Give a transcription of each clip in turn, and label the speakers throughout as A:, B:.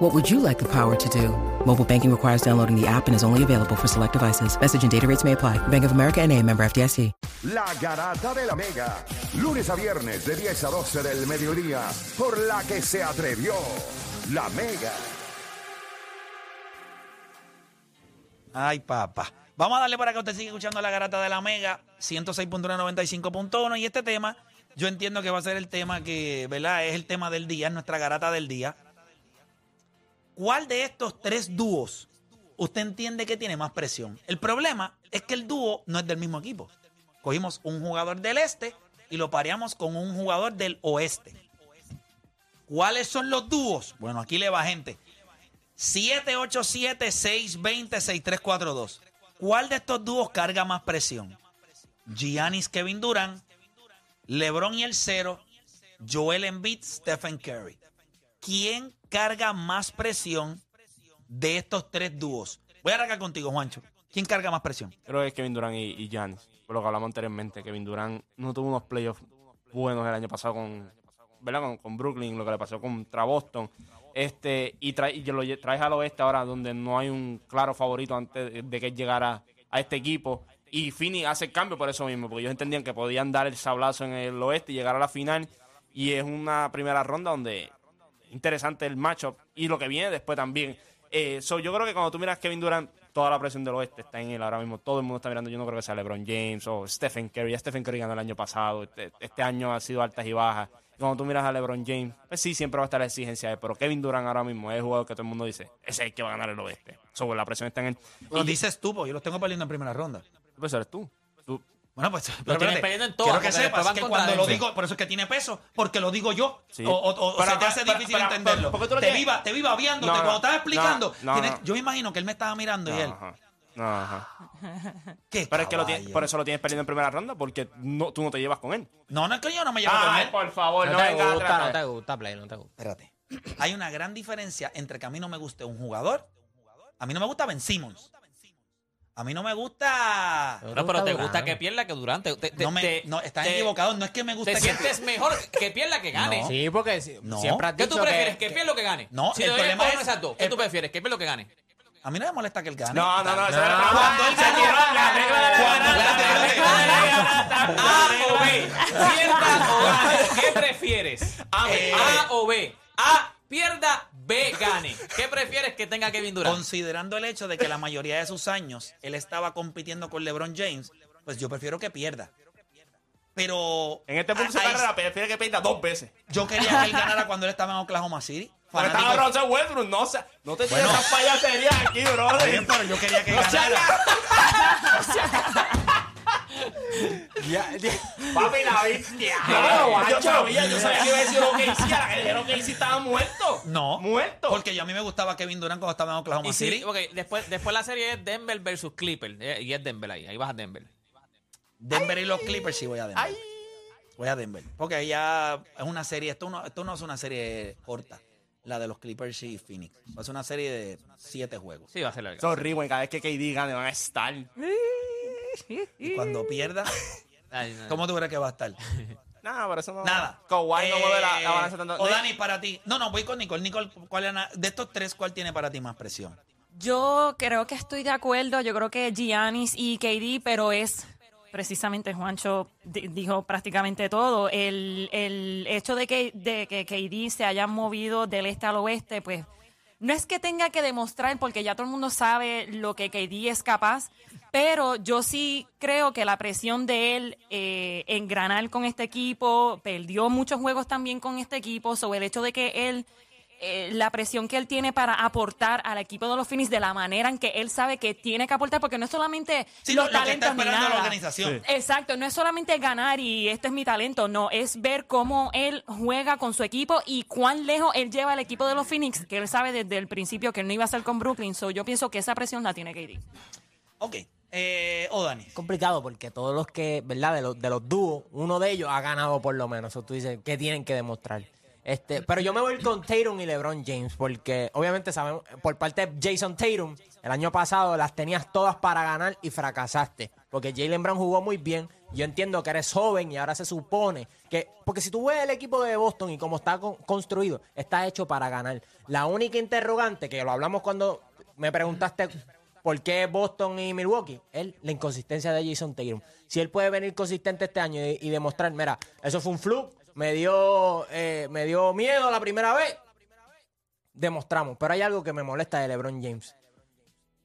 A: What would you like the power to do? Mobile banking requires downloading the app and is only available for select devices. Message and data rates may apply. Bank of America and a member FDIC.
B: La Garata de la Mega. Lunes a viernes de 10 a 12 del mediodía. Por la que se atrevió. La Mega.
C: Ay, papá. Vamos a darle para que usted siga escuchando la garata de la Mega 106.195.1 y este tema, yo entiendo que va a ser el tema que, ¿verdad? Es el tema del día, es nuestra garata del día. ¿Cuál de estos tres dúos usted entiende que tiene más presión? El problema es que el dúo no es del mismo equipo. Cogimos un jugador del este y lo pareamos con un jugador del oeste. ¿Cuáles son los dúos? Bueno, aquí le va gente. 787-620-6342. ¿Cuál de estos dúos carga más presión? Giannis Kevin Durant, LeBron y el Cero, Joel Embiid, Stephen Curry. ¿Quién carga más presión de estos tres dúos? Voy a arrancar contigo, Juancho. ¿Quién carga más presión?
D: Creo que es Kevin Durant y, y Giannis, por lo que hablamos anteriormente. Kevin Durant no tuvo unos playoffs buenos el año pasado con, ¿verdad? con, con Brooklyn, lo que le pasó contra Boston. Este, y, trae- y lo lle- traes al oeste ahora, donde no hay un claro favorito antes de- de que él llegara a este equipo. Y Fini hace el cambio por eso mismo, porque ellos entendían que podían dar el sablazo en el oeste y llegar a la final. Y es una primera ronda donde interesante el matchup y lo que viene después también. Eh, so, yo creo que cuando tú miras Kevin Durant, toda la presión del oeste está en él ahora mismo. Todo el mundo está mirando. Yo no creo que sea LeBron James o Stephen Curry. Ya Stephen Curry ganó el año pasado. Este, este año ha sido altas y bajas. Y Cuando tú miras a LeBron James, pues sí, siempre va a estar la exigencia de él. Pero Kevin Durant ahora mismo es el jugador que todo el mundo dice, ese es el que va a ganar el oeste. So, la presión está en él.
C: Lo
D: Y-
C: dices tú, porque yo los tengo perdiendo en primera ronda.
D: Pues eres tú. Tú-
C: Bueno, pues
E: Lo tienes
C: espérate,
E: perdiendo en todas,
C: Quiero que
E: porque después
C: sepas
E: van
C: que
E: contra
C: cuando lo
E: Denver.
C: digo, por eso es que tiene peso, porque lo digo yo.
D: Sí.
C: O, o- o
D: Pero-
C: se te hace
D: pero-
C: difícil
D: pero- pero-
C: entenderlo.
D: ¿por qué tú lo
C: te,
D: tienes?
C: viva, te viva viéndote.
D: No, no,
C: cuando estás explicando,
D: no, no,
C: tienes-
D: no.
C: yo me imagino que él me estaba mirando y él.
D: Ajá. Ajá.
C: ¿Qué
D: Pero es que lo tienes-
C: caballo?
D: por eso lo tienes perdiendo en primera ronda, porque no, tú no te llevas con él.
C: No, no es que yo no me llevo con él.
D: favor,
E: no te gusta, no te gusta, Play, no te gusta.
C: Espérate. Hay una gran diferencia entre que a mí no me guste un jugador. A mí no me gusta Ben Simmons. A mí no me gusta.
E: No, pero te
C: Durán.
E: gusta que pierda que durante. Te, te-
C: No, me,
E: te-
C: no, estás
E: te-
C: equivocado. No es que me guste
E: Te
C: que-
E: sientes mejor que pierda que gane.
C: No.
E: Sí.
F: Sí, porque si-
C: No.
F: siempre has
E: ¿Qué tú
F: dicho
E: prefieres? ¿Que,
F: que-
E: pierda o que gane?
C: No,
E: si
C: el
E: te doy a
C: problema
E: escoger
C: es-
E: esas dos, ¿qué
C: el-
E: tú prefieres? ¿Que pierda o que gane? Ah,
C: A mí no me molesta que él gane.
D: No, no, no, esa era la
C: Cuando él gane-
E: A o B. Pierda o gane. ¿Qué prefieres? A, o B. A, pierda, B, gane. ¿Qué prefieres que tenga Kevin Durant?
C: Considerando el hecho de que la mayoría de sus años él estaba compitiendo con LeBron James, pues yo prefiero que pierda. Pero.
D: En este punto de su
C: ahí-
D: carrera, prefiere que pierda dos veces.
C: Yo quería que él ganara cuando él estaba en Oklahoma City.
D: Pero
C: Fanático-
D: estaba Russell Westbrook, no, se- no te tienes esas payaserías aquí,
C: Está bien,
D: brother.
C: pero yo quería que ganara.
F: Ya- ya-
D: Papi, la bestia. yo sabía, yo sabía que iba a decir lo que hiciera, que dijeron que Casey estaba muerto.
C: No.
D: Muerto.
C: Porque yo a mí me gustaba Kevin Durant cuando estaba en Oklahoma
E: Y sí,
C: City.
E: ok, después, después la serie es Denver versus Clippers. eh, Y es Denver ahí. Ahí vas a Denver.
C: Denver y los Clippers, sí voy a Denver. Voy a Denver. Porque ya es una serie, esto no, esto no es una serie corta, la de los Clippers y Phoenix. Es una serie de siete juegos.
E: Sí, va a ser larga.
D: Sorry, güey, cada vez que KD gane van a estar.
C: Y cuando pierda,
E: Ay, no.
C: ¿cómo tú crees que va a estar?
D: Nada, pero eso no.
C: Nada.
D: Kawhi no
C: Eh,
D: mueve la, la balanza tanto.
C: O Dani, para ti. No, no, voy con Nicole. Nicole, ¿cuál era- de estos tres, ¿cuál tiene para ti más presión?
G: Yo creo que estoy de acuerdo. Yo creo que Giannis y KD, pero es precisamente Juancho di- dijo prácticamente todo. El, el hecho de que, de que KD se haya movido del este al oeste, pues no es que tenga que demostrar, porque ya todo el mundo sabe lo que KD es capaz, pero yo sí creo que la presión de él eh, engranar con este equipo, perdió muchos juegos también con este equipo, sobre el hecho de que él eh, la presión que él tiene para aportar al equipo de los Phoenix de la manera en que él sabe que tiene que aportar, porque no es solamente
C: Sí,
G: los
C: lo- lo que está
G: talentos ni
C: esperando la
G: nada.
C: organización.
G: Exacto, no es solamente ganar y este es mi talento, no, es ver cómo él juega con su equipo y cuán lejos él lleva al equipo de los Phoenix, que él sabe desde el principio que él no iba a ser con Brooklyn, so yo pienso que esa presión la tiene KD.
C: Ok. eh, o Danis?
F: complicado porque todos los que, ¿verdad? De los, de los dúos, uno de ellos ha ganado por lo menos. Eso tú dices, ¿qué tienen que demostrar? Este, pero yo me voy con Tatum y LeBron James porque obviamente sabemos, por parte de Jason Tatum, el año pasado las tenías todas para ganar y fracasaste. Porque Jalen Brown jugó muy bien. Yo entiendo que eres joven y ahora se supone que. Porque si tú ves el equipo de Boston y cómo está con- construido, está hecho para ganar. La única interrogante, que lo hablamos cuando me preguntaste por qué Boston y Milwaukee, es la inconsistencia de Jason Tatum. Si él puede venir consistente este año y, y demostrar, mira, eso fue un fluke, me dio, eh, me dio miedo la primera vez, demostramos. Pero hay algo que me molesta de LeBron James.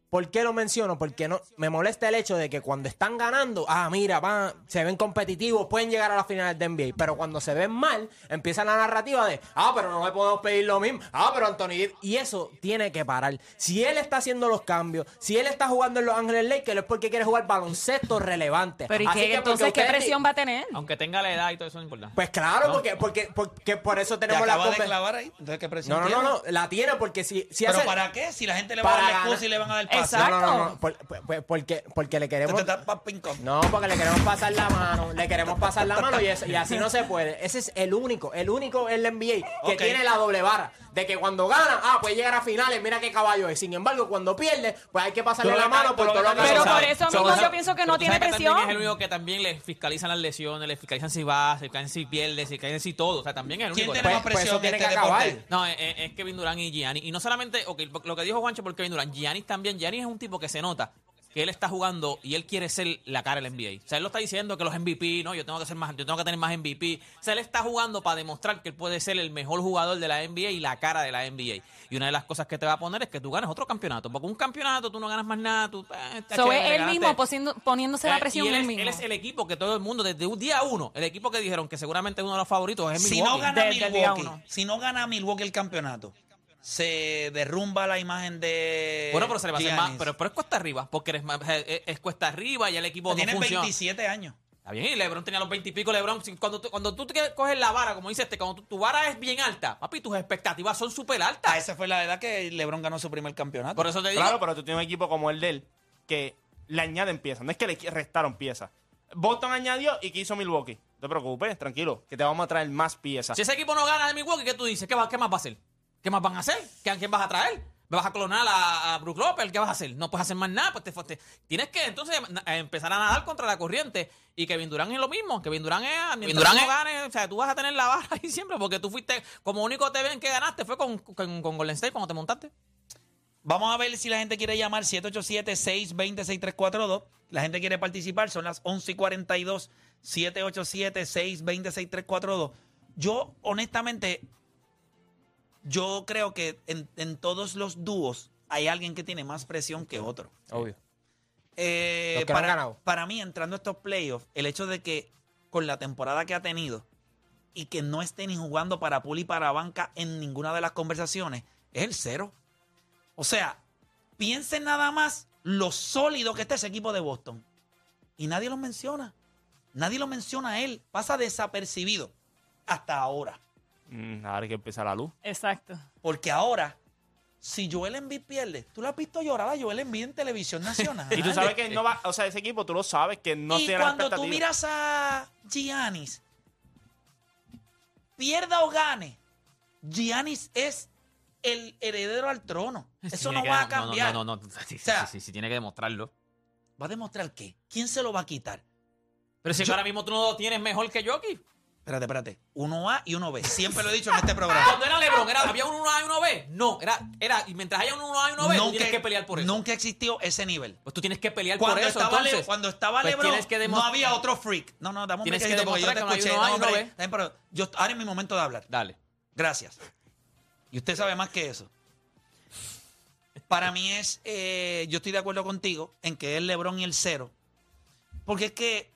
F: ¿Por qué lo menciono? Porque no, me molesta el hecho de que cuando están ganando, ah, mira, van, se ven competitivos, pueden llegar a las finales de NBA. Pero cuando se ven mal, empieza la narrativa de, ah, pero no le podemos pedir lo mismo. Ah, pero Anthony. Davis". Y eso tiene que parar. Si él está haciendo los cambios, si él está jugando en Los Ángeles Lakers, es porque quiere jugar baloncesto relevante.
G: Pero ¿y
F: Así
G: qué,
F: que porque
G: entonces qué
F: ustedes di-
G: presión va a tener?
E: Aunque tenga la edad y todo eso no importa.
F: Pues claro, porque, porque, porque por eso
C: Te
F: tenemos la
C: acaba de
F: conver-
C: clavar ahí. Entonces, ¿qué presión
F: No, no, no,
C: tiene?
F: no, la tiene porque si, si
C: ¿Pero
F: hace-
C: para qué? Si la gente le va a
F: Para
C: dar la excusa
F: ganar.
C: y le van a dar el pase.
F: No,
G: Exacto.
F: no, no, no, por- por- porque, porque le queremos...
C: Entonces, está pa' ping pong.
F: No, porque le queremos pasar la mano, le queremos pasar la mano y, es- y así no se puede. Ese es el único, el único en la NBA que
C: Ok.
F: tiene la doble vara. De que cuando gana, ah, puede llegar a finales, mira qué caballo es. Sin embargo, cuando pierde, pues hay que pasarle
C: Tú lo
F: la
C: que-
F: mano
C: tú
F: por
C: lo
F: todo
C: que-
F: lo que
C: Pero
F: ha
G: Pero
C: Pero
F: pasado.
G: por
C: sabe.
G: eso
F: So,
G: mismo
F: eso-
G: yo pienso que no
E: Pero tú
G: tiene
E: sabes
G: presión.
E: también es el único que también le fiscalizan las lesiones, le fiscalizan si va, si caen si pierde, si caen si todo. O sea, también es el
C: ¿Quién
E: único.
C: tiene
E: también.
C: más
F: pues
C: presión
F: eso
C: de
F: tiene
C: este
F: que acabar.
C: deporte?
E: No, es, es- es Kevin Durant y Gianni. Y no solamente, ok, lo que dijo Juancho por Kevin Durant, Gianni también, Gianni es un tipo que se nota que él está jugando y él quiere ser la cara del NBA. O sea, él lo está diciendo que los MVP, no, yo tengo que ser más, yo tengo que tener más MVP. O sea, él está jugando para demostrar que él puede ser el mejor jugador de la NBA y la cara de la NBA. Y una de las cosas que te va a poner es que tú ganes otro campeonato, porque un campeonato tú no ganas más nada, tú eh, está
G: So,
E: chévere,
G: es él
E: ganaste.
G: mismo posiendo- poniéndose la
E: Eh,
G: presión
E: y él,
G: él
E: es,
G: mismo.
E: él es el equipo que todo el mundo, desde un día uno, el equipo que dijeron que seguramente es uno de los favoritos es
C: Si no
E: Milwaukee.
C: gana
G: Desde el día
C: Milwaukee,
G: uno.
C: si no gana Milwaukee el campeonato, se derrumba la imagen de.
E: Bueno, pero se le va a hacer
C: Giannis.
E: más. Pero, pero es cuesta arriba, porque eres más- es, es cuesta arriba y el equipo no
C: Tiene
E: funciona.
C: 27 años.
E: Está bien, y LeBron tenía los 20 y pico. LeBron, si- cuando, tú- cuando tú te coges la vara, como dice este, cuando tu, tu vara es bien alta, papi, tus expectativas son súper
C: Ah,
E: altas.
C: esa fue la edad que LeBron ganó su primer campeonato.
E: Por eso te digo.
D: Claro, pero tú tienes un equipo como el de él que le añaden piezas. No es que le qui- restaron piezas. Boston añadió y que hizo Milwaukee. No te preocupes, tranquilo, que te vamos a traer más piezas.
E: si ese equipo no gana de Milwaukee, ¿qué tú dices? ¿Qué, va- qué más va a hacer? ¿Qué más van a hacer? ¿Qué- ¿A quién vas a traer? ¿Me vas a clonar a, a Brook López? ¿Qué vas a hacer? No puedes hacer más nada. Pues te, te- tienes que entonces na- eh, empezar a nadar contra la corriente. Y Kevin Durant es lo mismo. Kevin Durant es. Mientras tú no ganes, o sea, tú vas a tener la barra ahí siempre porque tú fuiste. Como único te ven que ganaste fue con, con, con Golden State cuando te montaste.
C: Vamos a ver si la gente quiere llamar 787-620-6342. La gente quiere participar, son las 11 y 42, 787-620-6342. Yo, honestamente, yo creo que en, en todos los dúos hay alguien que tiene más presión que otro.
F: Obvio.
C: Eh,
F: Los que no han
C: para,
F: ganado.
C: para mí, entrando a estos playoffs, el hecho de que con la temporada que ha tenido y que no esté ni jugando para pool y para banca en ninguna de las conversaciones, es el cero. O sea, piensen nada más lo sólido que está ese equipo de Boston. Y nadie lo menciona. Nadie lo menciona a él. Pasa desapercibido hasta ahora.
D: Mm, ahora hay que empieza la luz.
G: Exacto.
C: Porque ahora, si Joel Embiid pierde, tú lo has visto llorar a Joel Embiid en televisión nacional.
D: Y tú sabes que no va, o sea, ese equipo tú lo sabes que no
C: y
D: tiene
C: cuando tú
D: expectativas.
C: miras a Giannis, pierda o gane, Giannis es el heredero al trono. Eso no
E: Tiene que
C: va a
E: demo-
C: cambiar.
E: No, no, no. no. Sí, sí,
C: sea-
E: sí, sí, sí, tiene que demostrarlo.
C: ¿Va a demostrar qué? ¿Quién se lo va a quitar?
E: Pero si
C: Yo-
E: ahora mismo tú no lo tienes mejor que Jokic.
C: Espérate, espérate. Uno A y uno B. Siempre lo he dicho en este programa.
E: Cuando era LeBron, era, ¿había un 1A y 1B? No, era, era, y mientras haya un 1A y 1B, tú tienes que pelear por eso.
C: nunca existió ese nivel.
E: Pues tú tienes que pelear
C: Cuando,
E: por eso.
C: estaba Le-
E: entonces.
C: cuando estaba
E: Pues
C: LeBron,
E: tienes que
C: no
E: demostrar-
C: había otro freak. No, no, dame un
E: Tienes que
C: brequecito porque yo te
E: demostrar que
C: escuché.
E: no hay uno A y
C: No,
E: uno
C: hombre,
E: B.
C: está bien, pero yo, ahora es mi momento de hablar.
E: Dale.
C: Gracias. Y usted sabe más que eso. Para mí es, eh, yo estoy de acuerdo contigo en que es Lebron y el cero. Porque es que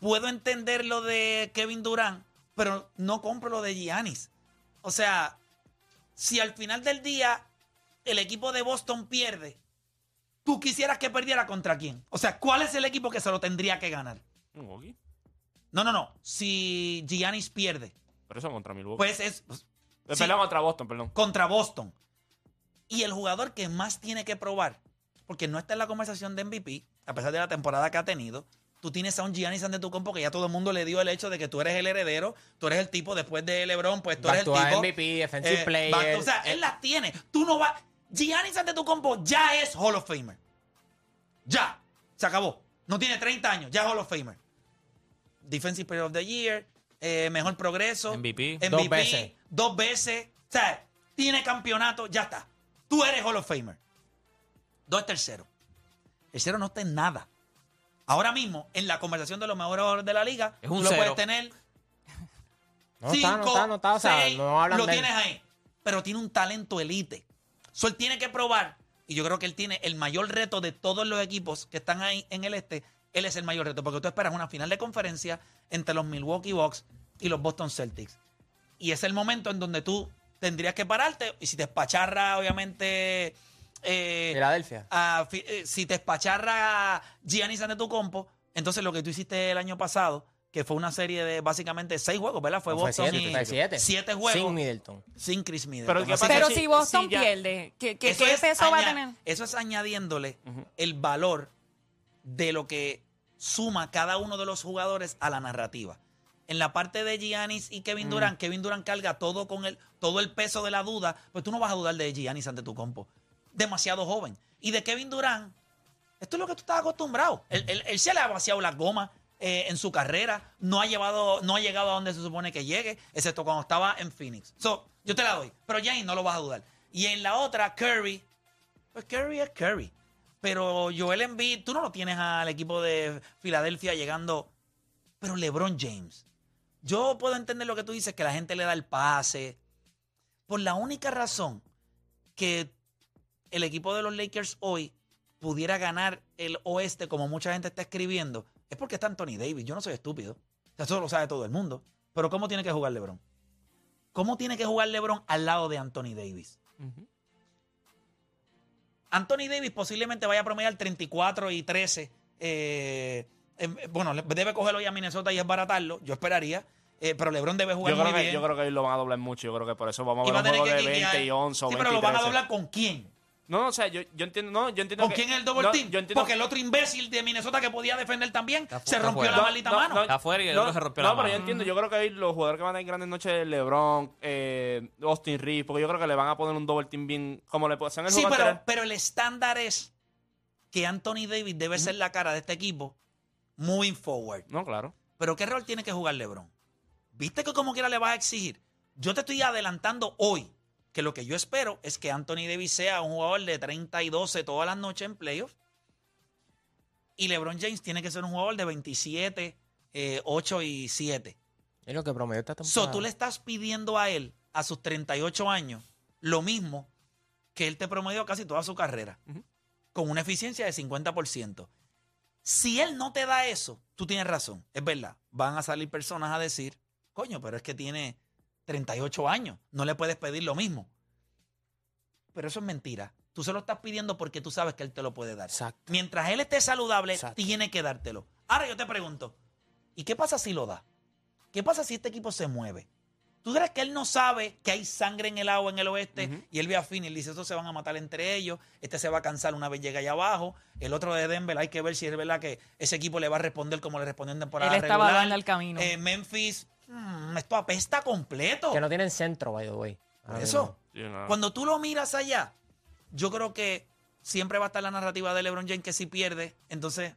C: puedo entender lo de Kevin Durant, pero no compro lo de Giannis. O sea, si al final del día el equipo de Boston pierde, ¿tú quisieras que perdiera contra quién? O sea, ¿cuál es el equipo que se lo tendría que ganar?
D: Milwaukee.
C: No, no, no. Si Giannis pierde,
D: Pero eso contra Milwaukee.
C: pues es,
D: Eh,
C: sí.
D: Perdón, contra Boston, perdón.
C: contra Boston. Y el jugador que más tiene que probar porque no está en la conversación de MVP, a pesar de la temporada que ha tenido. Tú tienes a un Giannis Antetokounmpo que ya todo el mundo le dio el hecho de que tú eres el heredero, tú eres el tipo después de LeBron, pues tú
F: Back
C: eres el
F: to
C: tipo eh,
F: MVP, defensive player. eh.
C: back to- o sea, él las tiene. Tú no vas Giannis Antetokounmpo ya es Hall of Famer. Ya, se acabó. No tiene 30 años, ya es Hall of Famer. Defensive Player of the Year, eh, mejor progreso.
E: MVP.
C: MVP,
F: Dos veces.
C: Dos veces. O sea, tiene campeonato, ya está. Tú eres Hall of Famer. Dos terceros. El cero no está en nada. Ahora mismo, en la conversación de los mejores jugadores de la liga,
E: Es un
C: tú lo
E: cero.
C: puedes tener
F: No
C: cinco,
F: está, no está, no está. O sea,
C: seis,
F: no hablan
C: lo
F: de él.
C: tienes ahí. Pero tiene un talento elite. So, él tiene que probar. Y yo creo que él tiene el mayor reto de todos los equipos que están ahí en el este. Él es el mayor reto. Porque tú esperas una final de conferencia entre los Milwaukee Bucks y los Boston Celtics. Y es el momento en donde tú tendrías que pararte. Y si te espacharra, obviamente. eh,
F: Filadelfia.
C: a fi- eh, si te espacharra Giannis ante tu compo, entonces lo que tú hiciste el año pasado, que fue una serie de básicamente seis juegos, ¿verdad? Fue
F: No, fue
C: Boston
F: siete,
C: y-
F: fue siete.
C: juegos
F: Sin
C: sin,
F: Middleton.
C: Chris Middleton.
D: Pero ¿qué
C: Así
D: pasa
G: Pero
D: si-
G: si Boston
D: si ya-
G: pierde, ¿qué, qué-
C: eso
G: qué
C: es
G: peso va a
C: aña-
G: tener?
C: Eso es añadiéndole el valor de lo que suma cada uno de los jugadores a la narrativa. En la parte de Giannis y
F: Mm.
C: Kevin Durant, Kevin Durant carga todo con el, todo el peso de la duda, pues tú no vas a dudar de Giannis ante tu compo. Demasiado joven. Y de Kevin Durant, esto es lo que tú estás acostumbrado. Él, él- él se le ha vaciado las gomas eh, en su carrera. No ha, llevado, no ha llegado a donde se supone que llegue, excepto cuando estaba en Phoenix. So, yo te la doy. Pero Jane no lo vas a dudar. Y en la otra, Curry. Pues Curry es Curry. Pero Joel Embiid, tú no lo tienes al equipo de Filadelfia llegando. Pero LeBron James. Yo puedo entender lo que tú dices, que la gente le da el pase. Por la única razón que el equipo de los Lakers hoy pudiera ganar el oeste, como mucha gente está escribiendo, es porque está Anthony Davis. Yo no soy estúpido. O sea, Eso lo sabe todo el mundo. Pero ¿cómo tiene que jugar LeBron? ¿Cómo tiene que jugar LeBron al lado de Anthony Davis? Anthony Davis posiblemente vaya a promediar 34 y 13. eh, em, bueno, le- debe cogerlo ya a Minnesota y esbaratarlo. Yo esperaría. eh, pero LeBron debe jugar
D: Yo creo,
C: muy
D: que,
C: bien.
D: yo creo que hoy lo van a doblar mucho. Yo creo que por eso vamos
C: Y
D: a
C: va
D: ver
C: a
D: un
C: tener
D: juego de
C: que quitar.
D: 20 y 11 o
C: Sí,
D: 20
C: pero
D: y
C: lo van a
D: 13.
C: doblar con quién?
D: No, no, o sea, yo, yo entiendo. No, yo entiendo
C: ¿Con
D: que-
C: quién el double
D: no,
C: team?
D: Yo entiendo
C: Porque el otro imbécil de Minnesota que podía defender también
E: Está fu-
C: se
E: está
C: rompió
E: fuera.
C: la maldita
D: no,
C: mano.
D: no,
E: Está afuera y el otro se rompió
D: no,
E: la
D: pero yo
E: mano.
D: entiendo. Yo creo que hoy los jugadores que van a tener grandes noches LeBron, eh, Austin Reeves, porque yo creo que le van a poner un double team bien. Como le pasan el
C: Sí,
D: juego
C: pero,
D: anterior.
C: pero el estándar es que Anthony Davis debe ser la cara de este equipo moving forward.
D: No, claro.
C: Pero ¿qué rol tiene que jugar LeBron? ¿Viste que como quiera le vas a exigir? Yo te estoy adelantando hoy que lo que yo espero es que Anthony Davis sea un jugador de 30 y 12 todas las noches en playoffs. Y LeBron James tiene que ser un jugador de 27, eh, 8 y 7.
F: Es lo que promedió esta temporada.
C: So, tú le estás pidiendo a él, a sus 38 años, lo mismo que él te promedió casi toda su carrera, con una eficiencia de 50%. Si él no te da eso, tú tienes razón, es verdad. Van a salir personas a decir, coño, pero es que tiene 38 años, no le puedes pedir lo mismo. Pero eso es mentira. Tú se lo estás pidiendo porque tú sabes que él te lo puede dar.
F: Exacto.
C: Mientras él esté saludable,
F: Exacto.
C: tiene que dártelo. Ahora yo te pregunto, ¿y qué pasa si lo da? ¿Qué pasa si este equipo se mueve? ¿Tú crees que él no sabe que hay sangre en el agua en el oeste? Y él ve a Phoenix y dice, estos se van a matar entre ellos, este se va a cansar una vez llega allá abajo, el otro de Denver, hay que ver si es verdad que ese equipo le va a responder como le respondió en temporada
G: Él estaba
C: regular.
G: dando al camino.
C: Eh, Memphis, mm, esto apesta completo.
F: Que no Ah, tienen centro, by the way.
C: Por
F: Ahora
C: eso,
F: mismo.
D: Sí,
E: Ah.
D: no.
C: cuando tú lo miras allá, yo creo que siempre va a estar la narrativa de LeBron James que si pierde, entonces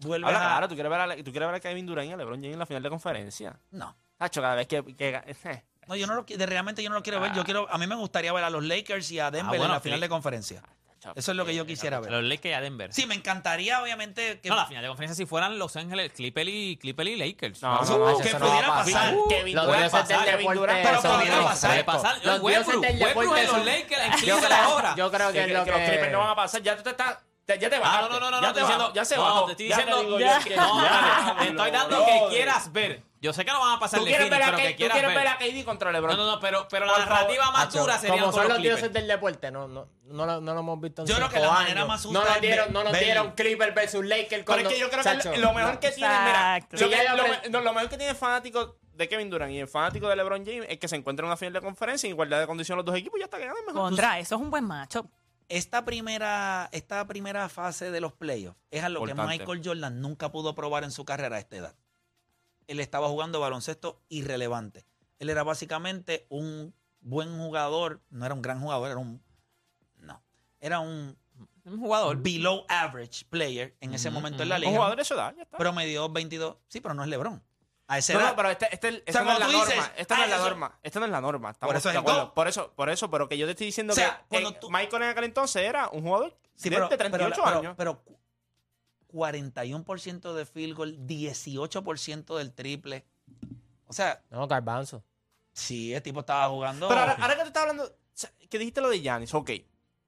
C: vuelve
D: Habla
C: a...
D: claro, tú quieres ver a, tú quieres ver a Kevin Durant y a LeBron James en la final de conferencia.
C: No.
D: Tacho, cada vez que. que- eh,
C: No, yo no lo qui- de- realmente yo no lo quiero ver. Yo quiero, a mí me gustaría ver a los Lakers y a Denver en
E: Ah. bueno,
C: la final
E: sí. Ah,
C: de conferencia.
D: Tacho,
C: Eso es lo que yo quisiera
E: A
C: ver.
E: Los Lakers y a Denver.
C: Sí, me encantaría, obviamente, que,
E: No, la final de conferencia si fueran Los Ángeles, Clipper y, Clipper y Lakers.
D: No,
C: Eso-
D: no, no,
C: que
F: eso no va
C: pudiera
F: a
C: pasar.
D: Kevin
F: Los
D: Durant
F: dioses
D: pasar,
F: del
D: Kevin
F: deporte
D: Durant,
C: pero
F: son
C: pudiera
F: los-
C: pasar.
E: Puede pasar.
F: Los
E: Los
F: dioses
E: Westbrook,
F: del
E: Westbrook
F: deporte
E: en los
F: son-
E: Lakers, en
F: Yo
E: Clipper ahora.
F: creo, yo creo que,
D: que,
F: es lo
D: que los Clippers no van a
F: que...
D: pasar. Ya tú te estás. Ya, ya te
E: Ah,
D: bajaste.
E: no, no, no,
D: ya
E: no, no,
D: te
E: te estoy
D: bajó,
E: diciendo,
D: ya se
E: no,
D: bajó.
E: te estoy
D: Ya
E: diciendo,
D: digo yo
E: ya.
D: que-
E: no,
D: ya,
E: te estoy dando
D: brother.
E: que quieras ver. Yo sé que no van a pasar
D: Tú
E: de
D: quieres
E: Phoenix,
D: ver a
E: pero
D: K-
E: que
D: tú
E: quieras
D: quieres ver
E: ver.
D: a KD contra LeBron.
E: No, no, no, pero, pero la
D: Por favor.
E: narrativa más
F: Acho,
E: dura sería
F: como
E: con
F: son
E: los
F: los
E: Clippers.
F: dioses del deporte, no, no, no, lo- no lo hemos visto en
C: Yo creo
F: cinco
C: que la manera
F: años.
C: más justa
F: No nos
C: es
F: dieron,
C: ver-
F: no nos
C: verlo.
F: dieron Clipper versus Lakers.
D: Pero es
F: cuando-
D: que yo creo que
F: Chacho,
D: lo mejor que tiene, mira,
G: Exacto.
D: lo, que-
F: Sí, ya
D: lo
F: yo
D: me- no, lo mejor que tiene el fanático de Kevin Durant y el fanático de LeBron James es que se encuentran en una final de conferencia en igualdad de condición los dos equipos y hasta que ganen mejor.
G: Contra, eso es un buen macho.
C: Esta primera, esta primera fase de los playoffs es a lo
D: Importante.
C: que Michael Jordan nunca pudo probar en su carrera a esta edad. Él estaba jugando baloncesto irrelevante. Él era básicamente un buen jugador, no era un gran jugador, era un. No. Era un
E: Un jugador.
C: below average player en ese momento en la
D: Un
C: liga.
D: jugador de su edad, ya está.
C: Promedió 22. Sí, pero no es LeBron. A esa
D: No,
C: edad.
D: no, pero este, este- esta
C: sea,
D: no es
C: cuando
D: la
C: tú dices,
D: norma. Esta no
C: ah,
D: es la
C: eso-
D: norma. Esta no es la norma. Estamos
C: Por eso es
D: de
C: el
D: acuerdo.
C: top.
D: Por eso, por eso, pero que yo te estoy diciendo
C: O sea,
D: que
C: cuando
D: eh,
C: tú-
D: Michael en aquel entonces era un jugador
C: Sí,
D: de este
C: pero,
D: de
C: pero-
D: 38
C: pero-
D: años.
C: pero cu- 41% de field goal, 18% del triple. O sea,
F: No, Garbanzo.
C: sí, el tipo estaba jugando.
D: Pero ahora, ahora que te estás hablando, o sea, que dijiste lo de Giannis, ok.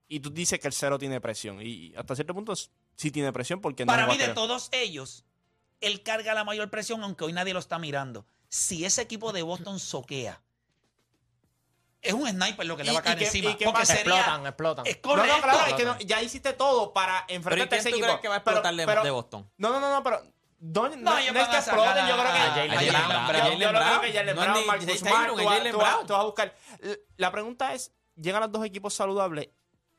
D: Y tú dices que el cero tiene presión. Y hasta cierto punto s- sí tiene presión porque no
C: Para
D: lo va
C: mí,
D: a
C: de
D: tener.
C: todos ellos, él carga la mayor presión, aunque hoy nadie lo está mirando. Si ese equipo de Boston soquea, es un sniper lo que le
D: ¿Y-
C: va a
D: y
C: caer
D: qué-
C: encima.
D: y qué
C: porque
D: pasa?
C: sería-
F: Explotan, explotan.
C: Es
D: No,
C: correcto.
D: no, claro, es que no, ya hiciste todo para
E: Pero ¿y
D: enfrentarte a
E: quién
D: ese
E: tú
D: equipo.
E: crees que va a
D: Pero-
E: explotar de-
D: pero-
E: de Boston?
D: No, no, no, no, pero.
C: No,
D: No, no,
C: ellos
D: no
C: van
D: es que
C: a sacar
D: exploten, yo
C: a-
D: creo que.
C: a
E: Jalen
D: Jalen
E: Brown,
D: Brown,
E: a
D: yo-
E: Jalen
D: yo creo
E: Brown.
D: que Jalen
E: No es
D: Brown,
E: ni
D: Marcus
E: Jalen
D: Smart,
E: Brown,
D: tú
E: es
D: vas-
E: Jalen
D: tú vas-
E: Brown.
D: tú vas a buscar. L- La pregunta es: llegan los dos equipos saludables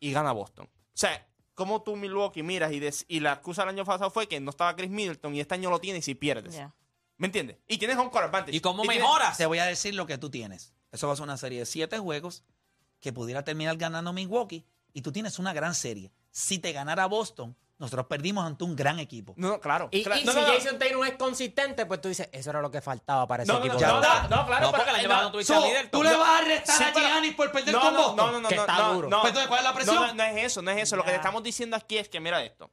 D: y gana Boston. O sea, ¿cómo tú, Milwaukee, miras y, des- y la excusa del año pasado fue que no estaba Chris Middleton y este año lo tienes y pierdes?
G: Ya.
D: ¿Me entiendes? Y tienes home court advantage.
E: ¿Y cómo
D: tienes-
E: mejoras?
C: Te voy a decir lo que tú tienes. Eso va a ser una serie de siete juegos que pudiera terminar ganando Milwaukee y tú tienes una gran serie. Si te ganara Boston, nosotros perdimos ante un gran equipo.
D: No, no, claro.
F: Y,
D: Cla-
F: y
D: no,
F: si
D: no, no.
F: Jason Tatum es consistente, pues tú dices, eso era lo que faltaba para ese
D: No, no, no,
F: equipo. de
D: no,
F: Boston.
D: no, claro,
E: No, porque el
D: pero-
E: año pasado no tuviste
C: So,
E: a Middleton.
C: tú le
E: No.
C: vas a restar
D: Sí,
C: a
D: pero-
C: Giannis por perder
D: no,
C: con
D: no,
C: Boston.
D: No, no, no,
F: que está
D: no,
F: duro.
D: no.
C: Pues entonces, ¿cuál es la presión?
D: No, no, no es eso, no es eso. Lo que te
G: Ya.
D: estamos diciendo aquí es que, mira esto.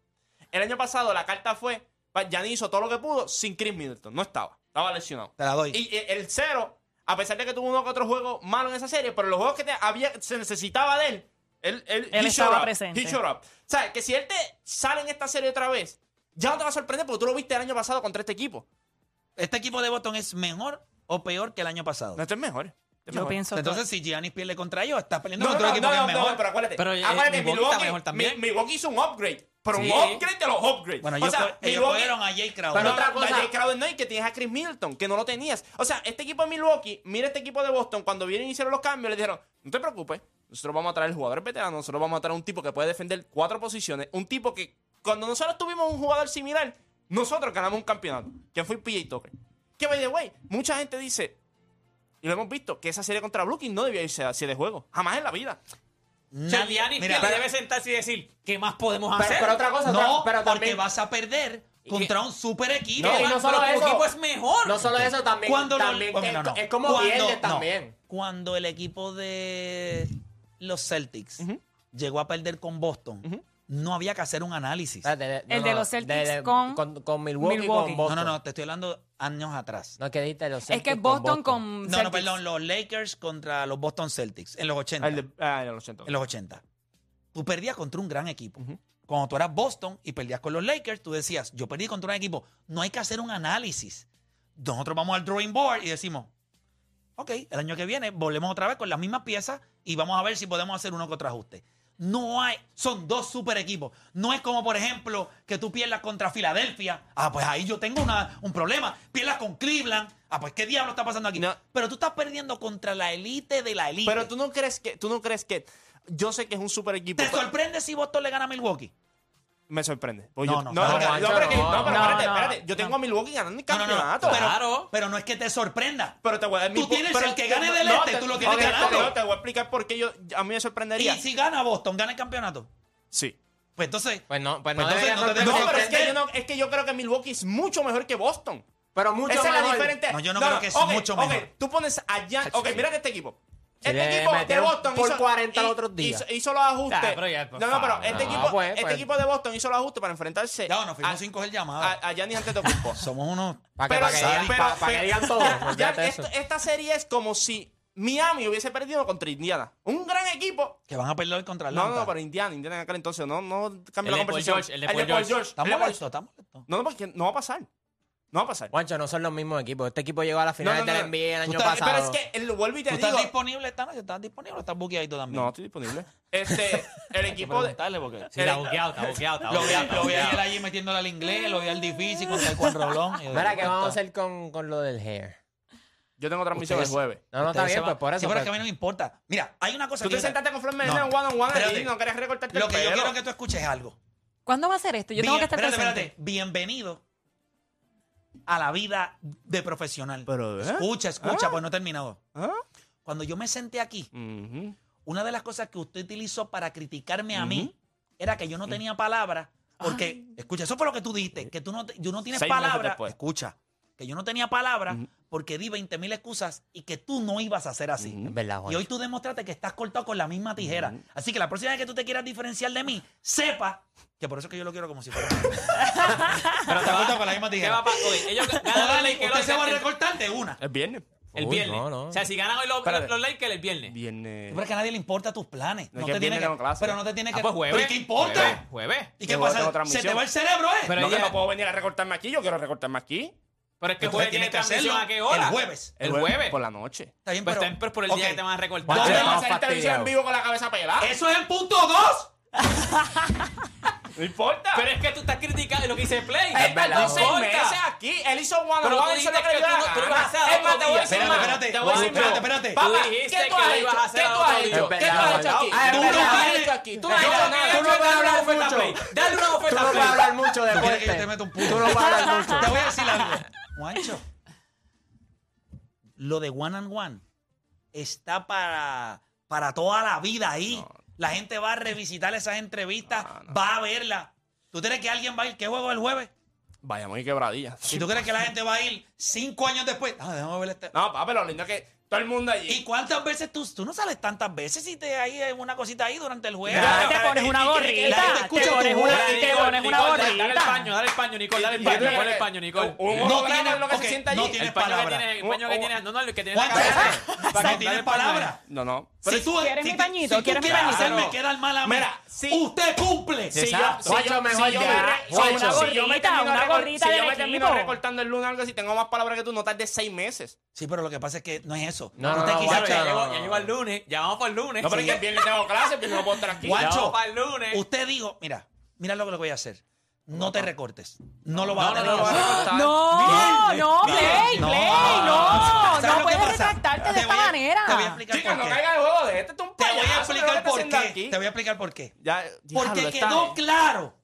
D: El año pasado la carta fue, pa- Giannis hizo todo lo que pudo sin Chris Middleton. No estaba, estaba lesionado.
C: Te la doy.
D: Y eh, el cero, a pesar de que tuvo uno que otro juego malo en esa serie, pero los juegos que te- había, se necesitaba de él, él, él,
G: Él
D: he
G: estaba
D: showed up,
G: presente.
D: he showed up. O sea, que si él te sale en esta serie otra vez, ya no te va a sorprender porque tú lo viste el año pasado contra este equipo.
C: ¿Este equipo de Boston es mejor o peor que el año pasado?
D: No, este es mejor. Este es
G: Yo
D: mejor.
G: pienso
C: Entonces, si Giannis pierde contra ellos, está peleando
D: No, no,
C: contra
D: no,
C: un equipo
D: no,
C: que
D: no,
C: es mejor.
D: no, pero acuérdate.
E: Pero, eh,
D: acuérdate,
E: Milwaukee está mejor también.
D: Mi- Milwaukee hizo un upgrade. Pero
E: Sí.
D: un upgrade de los upgrades.
C: bueno, ellos,
D: o sea,
C: co- ellos
D: Milwaukee-
C: cogieron a Jay Crowder.
D: Pero
F: Pero
D: otra
F: otra cosa-
D: Crowder no, y que tienes a Chris Middleton, que no lo tenías. O sea, este equipo de Milwaukee, mira este equipo de Boston, cuando vienen y hicieron los cambios, le dijeron, no te preocupes, nosotros vamos a traer jugadores veteranos, nosotros vamos a traer un tipo que puede defender cuatro posiciones, un tipo que cuando nosotros tuvimos un jugador similar, nosotros ganamos un campeonato, que fue PJ Tucker. Que, by the way, mucha gente dice, y lo hemos visto, que esa serie contra Brooklyn no debía irse a siete juegos, jamás en la vida.
E: O sea,
C: Nadie-
E: Giannis
C: Mira,
E: Giannis debe sentarse y decir, ¿qué más podemos
F: Pero,
E: hacer?
F: pero otra cosa, otra-
C: no,
F: pero
C: porque
F: también...
C: vas a perder contra un super equipo.
F: No, y no solo
E: pero tu
F: eso.
E: equipo es mejor.
F: No solo eso, también,
C: cuando lo-
F: también
C: bueno,
F: es,
C: no, no.
F: es como
C: Cuando-
F: pierde
C: no.
F: también.
C: Cuando el equipo de los Celtics llegó a perder con Boston, no había que hacer un análisis.
F: Espérate, Ah, de- no,
G: El de
F: no,
G: los Celtics con-
F: con, con Milwaukee, con
G: Milwaukee.
C: no,
F: Boston.
C: no, no, te estoy hablando años atrás.
F: No, que dijiste los
G: Es
F: Celtics
G: que Boston con.
C: No, no,
G: Celtics.
C: perdón, los Lakers contra los Boston Celtics en los 80.
D: Al de- ah, lo siento.
C: en los 80. Tú perdías contra un gran equipo. Cuando tú eras Boston y perdías con los Lakers, tú decías, yo perdí contra un equipo. No hay que hacer un análisis. Nosotros vamos al drawing board y decimos, ok, el año que viene volvemos otra vez con las mismas piezas y vamos a ver si podemos hacer uno que otro ajuste. No hay, son dos super equipos. No es como, por ejemplo, que tú pierdas contra Filadelfia. Ah, pues ahí yo tengo una- un problema. Pierdas con Cleveland. Ah, pues qué diablo está pasando aquí.
D: No.
C: Pero tú estás perdiendo contra la elite de la elite.
D: Pero tú no crees que, tú no crees que, yo sé que es un super equipo.
C: ¿Te
D: pero-
C: sorprende si Boston le gana a Milwaukee?
D: Me sorprende. Pues
C: No,
D: yo-
C: no,
D: no,
C: no,
D: espérate,
F: Juancho,
D: no, pero que-
F: no,
D: no, pero
G: no,
D: espérate,
G: no,
D: espérate. Yo
G: no.
D: tengo a Milwaukee ganando el
C: No, no, no,
D: campeonato.
C: pero,
E: Claro.
C: pero no es que te sorprenda.
D: Pero te voy a dar mi
C: Tú
D: pu-
C: tienes
D: pero-
C: el que gane del este, tú lo tienes
D: ok,
C: ganado.
D: ok, no, te voy a explicar por qué yo, a mí me
C: Y
D: sorprendería.
C: si gana Boston, gana el campeonato.
D: Sí.
C: Pues entonces.
F: Pues no, pues no
C: Entonces,
F: debería
C: no te-
F: sorprender.
D: No,
C: Pero
D: pero es que,
C: sorprender.
D: yo no- es que yo creo que Milwaukee es mucho mejor que Boston.
F: Pero mucho
D: Esa es la
F: mejor.
D: diferente.
C: No, yo no creo que es mucho
D: ok,
C: mejor.
D: Tú pones a Jan. Ok, mira que este equipo.
F: Si
D: Este
F: le
D: equipo de
F: metieron
D: Boston
F: por
D: hizo,
F: 40 los
D: hi-
F: otros días.
D: Hizo, hizo los ajustes.
E: Ah, pero ya, por
D: no, no, pero
E: favor.
D: este,
F: No,
D: equipo,
F: pues,
D: este
F: pues.
D: equipo de Boston hizo los ajustes para enfrentarse
C: Ya, nos fuimos
D: a-
C: sin coger llamada.
D: a Giannis ante Tocumpo.
C: Somos unos.
F: Para que, para que,
D: Pero-
F: digan-
D: pero-
F: para- para que digan todo. pues
D: Ya,
F: olvídate de eso.
D: esto- esta serie es como si Miami hubiese perdido contra Indiana. Un gran equipo.
C: Que van a perder contra
D: No,
C: Atlanta.
D: no, no, pero Indiana, Indiana en aquel entonces. No, no cambia
E: El
D: la
E: de Paul
D: conversación.
E: George, el de Paul George.
C: Está
D: El de Paul
C: molesto, está molesto.
D: No, no, porque no va a pasar. No va a pasar.
F: Juancho, no son los mismos equipos. Este equipo llegó a la
D: No,
F: final
D: no, no.
F: del NBA el
C: Tú
F: año
C: estás-
F: pasado.
D: Pero es que el, vuelvo y
C: ¿Tú
D: te
C: estás
D: digo.
C: disponible esta noche? ¿Estás disponible o estás buqueadito también?
D: No, estoy disponible. Este, el
C: Hay que
D: equipo de.
C: preguntarle porque.
E: Sí, está buqueado, está buqueado, está
C: Lo vi, a-
E: buqueado,
C: lo vi a
E: está
C: él
E: buqueado.
C: allí metiéndole al inglés, lo vi al difícil con Taekwondo Roblón.
F: Mira, ¿qué vamos a hacer con, con lo del hair?
D: Yo tengo transmisión
C: Ustedes-
D: el jueves.
F: No, no, está
C: Ustedes se
F: bien,
C: van-
F: pues por
C: Sí,
F: eso.
C: pero es
F: pues,
C: que a mí no me importa. Mira, hay una cosa
D: Tú
C: que.
D: te
C: yo-
D: sentaste con Flor Menendez
C: No.
D: en one on one
C: Espérate.
D: ahí, no querías recortarte
C: Lo
D: el
C: que yo
D: pelo.
C: quiero que tú escuches es algo.
G: ¿Cuándo va a ser esto? Yo tengo
C: Bien-
G: que estar
C: espérate,
G: presente.
C: espérate. Bienvenido a la vida de profesional.
D: Pero, ¿eh? ¿Ah?
C: Escucha, escucha, pues no he terminado. Cuando yo me senté aquí,
D: Ujú.
C: una de las cosas que usted utilizó para criticarme a mí era que yo no tenía palabras. Porque, escucha, eso fue lo que tú dijiste, que tú no, te- yo no tienes
D: Seis meses
C: palabras.
D: después.
C: Escucha, que yo no tenía palabras porque di 20 mil excusas y que tú no ibas a ser así.
F: Es verdad,
C: Y
F: Juancho.
C: hoy tú demostraste que estás cortado con la misma tijera. Así que la próxima vez que tú te quieras diferenciar de mí, sepa que por eso es que yo lo quiero como si fuera. Pero te cortado con la misma
E: ¿Qué
C: tijera.
E: va a pasar? Ellos
C: Dale,
E: ganan los
C: dale,
E: Lakers
C: usted se va a
E: hoy,
C: recortar de una.
D: Es viernes.
E: el
F: Uy,
E: viernes.
F: no, no.
E: O sea, si ganan hoy los,
D: Espérate.
E: los Lakers, el viernes.
D: Viernes.
C: Pero es que a nadie le importa tus planes.
D: No,
C: No
D: que
C: te tiene
D: viene
C: que,
D: con clase.
C: pero no te tiene
E: Ah,
C: que.
E: pues jueves.
C: ¿Pero y qué importa?
E: Jueves. jueves.
C: ¿Y qué
D: Yo tengo
C: pasa?
D: otra
C: Se te
D: misión.
C: va el cerebro, ¿eh?
E: Pero
D: no, que
E: ya-
D: no puedo venir a recortarme aquí. Yo quiero recortarme aquí.
E: Pero es que
C: Entonces
E: jueves tiene
C: tienes que
E: transmisión
C: hacerlo
E: a qué hora.
C: el jueves.
E: El jueves.
D: Por la noche.
C: Está bien,
E: Pues
C: pero.
E: está- pero por el
C: Ok.
E: día que te van a recortar.
C: ¿Dónde
D: ¿Dónde
C: va a
D: va a
F: salir
D: salir televisión en
F: fastidiado.
D: vivo con la cabeza pelada?
C: Eso es el punto 2.
D: No importa.
E: Pero es que tú estás criticando lo que dice Play.
D: Él tardó
E: No
D: seis
E: importa.
D: meses aquí. Él hizo one
E: Pero
D: on
E: tú
D: one. hizo
E: dijiste
D: lo que
E: que
D: le dio
E: tú
D: la
E: no- tú lo
D: gana.
E: ibas a hacer a
D: Es más,
E: otro
D: te voy a
E: día.
D: decir
E: Espérate,
D: más.
C: espérate.
D: Te voy a decir
C: Espérate,
D: más.
C: espérate.
D: Papá,
E: Tú
D: ¿qué
E: dijiste
D: tú
E: que
D: has
E: lo ibas a
D: hecho?
E: hacer
D: ¿Qué
E: a
D: tú
E: otro
D: has
E: día.
D: hecho? ¿Qué tú
E: Es
D: has hecho aquí? ¿Qué tú has
F: verdad, es verdad.
E: verdad.
D: hecho aquí? ¿Qué
E: Tú no
D: tú has hecho? Tú
E: puedes hablar
D: no
E: oferta a
D: puedes
E: Play. Dale una
F: Tú no
E: oferta a
F: puedes
E: Play.
F: hablar mucho de
C: No quiere que yo te
F: deporte.
C: meta un punto.
F: Tú no puedes hablar mucho.
C: Te voy a decir algo. Juancho, lo de One and One está para, para toda la vida ahí. La gente va a revisitar esas entrevistas, va a verlas. ¿Tú crees que alguien va a ir? ¿Qué juego es el jueves?
D: Vaya, muy quebradilla.
C: ¿Y tú crees que la gente va a ir cinco años después? Ah, déjame ver este.
D: No, papá, pero lo lindo es que todo el mundo
C: ¿Y
D: allí.
C: cuántas veces tú, tú no sales tantas veces si te hay una cosita ahí durante el juego?
D: Ya,
H: te pones una gorrita,
C: la gente
H: te
C: escucha tu
H: pones
C: voz.
H: una, te pones una
E: Nicole, dale, dale el
H: gorrita.
E: paño, dale el paño, Nicole, dale el
D: Yo creo
E: paño,
D: que-
E: ponle el paño, Nicole.
D: Un
C: No
D: holograma
C: tiene-
D: de lo que
C: ok,
D: se sienta
C: no
D: allí.
C: tiene-
E: El paño que
C: palabra.
E: tiene, el paño que
D: Un-
E: tiene, no, no, el que tiene en la
C: Juancho,
E: cabeza.
C: para que tienes
E: Dale, paño,
C: palabras.
D: No, no.
C: si tú, eh,
H: ¿Quieres
C: si
H: mi
C: tú-
H: pañito?
C: Si tú
H: ¿Quieres mi
C: quieres
E: pañito?
C: hacerme quedar mal a mí,
D: Mira, sí.
C: usted cumple.
D: Si yo,
F: Exacto.
D: si yo,
F: Juancho,
D: si
F: mejor
D: yo
F: ya.
D: me,
H: Juancho.
D: Juancho, si yo me
H: Una
D: termino
H: gorrita,
D: recor-
H: una gorrita
D: si yo
H: del
D: me termino
H: equipo.
D: recortando el lunes algo si tengo más palabras que tú, no tardes seis meses.
C: Sí, pero lo que pasa es que no es eso.
F: No,
C: Usted
F: no, no,
C: quizás-
E: Ya, pero ya
F: no,
E: llegó-
F: no,
E: ya
F: no.
E: llegó el lunes, ya vamos para el lunes.
D: No, pero es que el viernes tengo clases, el viernes no puedo estar aquí.
C: Guacho.
E: Vamos para el lunes.
C: Usted dijo, mira, mira lo que le voy a hacer. No te recortes. No lo vas
D: No,
C: a
D: no,
C: tener
D: no,
C: que
D: no,
C: hacer.
D: no,
H: No, no,
C: Bien,
H: Play,
C: no.
H: Play, no.
C: ¿Sabes
H: No
C: lo que
H: puedes
C: pasa?
H: retractarte de
C: Te
H: esta
C: voy a- Te voy a
H: manera.
C: explicar
D: Chicos,
C: por
D: no
C: qué.
D: caiga el juego de este, este es un
C: Te voy a
D: payaso,
C: explicar
D: ¿qué está
C: por
D: haciendo
C: qué.
D: aquí?
C: Te voy a explicar por qué.
D: Ya,
C: Porque
D: diablo, está
C: quedó
D: bien.
C: claro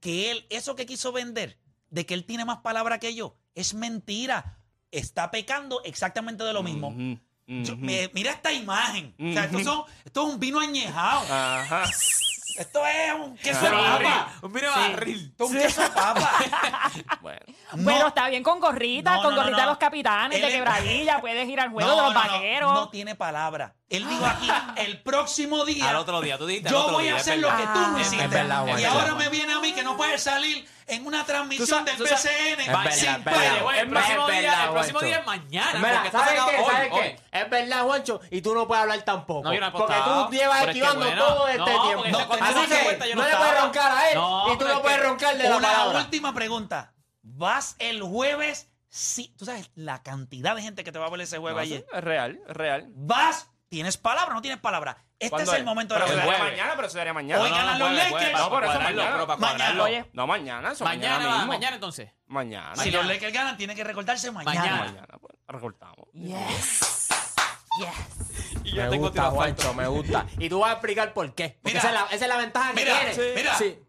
C: que él, eso que quiso vender, de que él tiene más palabra que yo, es mentira. Está pecando exactamente de lo mismo.
D: Ujú, ujú.
C: Yo- me- mira esta imagen. O sea, esto,
D: Ujú.
C: son- esto es un vino añejado.
D: Ajá.
C: Esto es un queso de
E: Pero barril,
C: papa.
E: un vino de barril.
C: Esto es un queso de papa.
D: Bueno.
H: Bueno, está bien con gorrita,
C: No,
H: con
C: no, no,
H: gorrita
C: no.
H: de los capitanes,
C: Él-
H: de quebradilla, puedes ir al juego de los vaqueros.
C: no tiene palabra. Él dijo aquí, el próximo día.
E: Al otro día, tú dijiste. al
C: Yo
E: otro
C: voy
E: día,
C: a
E: es
C: hacer lo
E: verdad.
C: que tú no
H: Ah. Es
C: hiciste.
F: verdad,
C: y
F: Juancho.
C: ahora me viene a mí que no puede salir en una transmisión del
D: tú sabes-
C: PCN
F: Es verdad,
C: sin
F: es verdad.
C: pelo.
E: Bueno, el
F: Es más,
E: próximo
F: es
E: día,
F: verdad,
E: el próximo
F: Juancho.
E: día es mañana.
F: Mira,
E: porque está
F: ¿sabes
E: sacado
F: qué?
E: hoy,
F: ¿Sabes
E: hoy.
F: qué? Es verdad, Juancho, y tú no puedes hablar tampoco.
E: No, yo no he
F: porque
E: apostado.
F: tú llevas
E: Pero es que
F: esquivando
E: bueno,
F: todo este
E: no,
F: tiempo.
E: porque
C: esa cosa-
F: Así
C: esa
E: vuelta
F: que
E: yo
F: no
E: no
F: le
E: estaba.
F: puedes roncar a él
E: No,
F: y tú
E: pero es
F: no puedes
E: que-
F: roncarle la
C: Una
F: palabra.
C: última pregunta. ¿Vas el jueves? Sí. Tú sabes la cantidad de gente que te va a ver ese jueves
D: No,
C: ayer.
D: ¿Ah, sí, es real, es real.
C: ¿Vas? ¿Tienes palabra o no tienes palabra? Este es
D: ¿Cuándo
C: el momento de la
D: Pero
E: El
D: eso sería
C: verdad.
E: jueves.
D: mañana, pero eso sería mañana.
C: Hoy
E: No, no,
C: ganan los
E: jueves,
C: Lakers.
D: No,
E: jueves, para
D: pero eso
E: cuadrarlo,
D: mañana.
E: pero para
C: Mañana.
E: cuadrarlo.
H: Oye,
D: No, mañana, eso mañana,
E: Mañana, va,
D: mismo.
E: mañana entonces.
D: Mañana.
C: Si los Lakers ganan, tienen que recordarse mañana.
E: Mañana.
D: Mañana, pues, recortamos.
H: Yes. Yes.
E: Y
F: Me gusta, Juancho, me gusta. Y tú vas a explicar por qué. Porque
C: Mira.
F: esa es la, esa es la ventaja que
C: Mira,
F: tienes.
C: sí. mira.
F: Sí.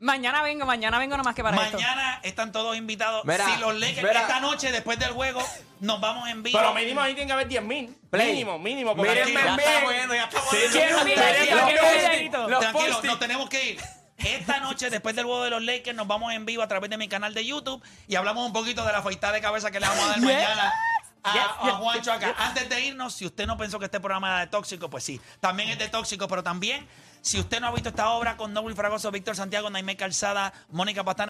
G: Mañana vengo, mañana vengo nomás que para esto.
C: Mañana están todos invitados.
F: Mira,
C: si los Lakers
F: mira.
C: esta noche, después del juego, nos vamos en vivo.
D: Pero mínimo ahí tiene que haber 10 mil.
F: Play.
D: Mínimo, mínimo. porque
F: Mírenme
D: aquí-
E: Ya
F: bien.
E: está bueno, ya está bueno.
H: Quiero un videito,
F: Los
H: quiero un
F: posting,
H: videito.
E: Los
C: Tranquilo,
E: post-it.
C: nos tenemos que ir. Esta noche, después del juego de los Lakers, nos vamos en vivo a través de mi canal de YouTube y hablamos un poquito de la afeitada de cabeza que le vamos a dar mañana. A, a Juancho acá. Antes de irnos, si usted no pensó que este programa era de tóxico, pues sí, también es de tóxico, pero también, si usted no ha visto esta obra con Noble Fragoso, Víctor Santiago, Naime Calzada, Mónica Patán,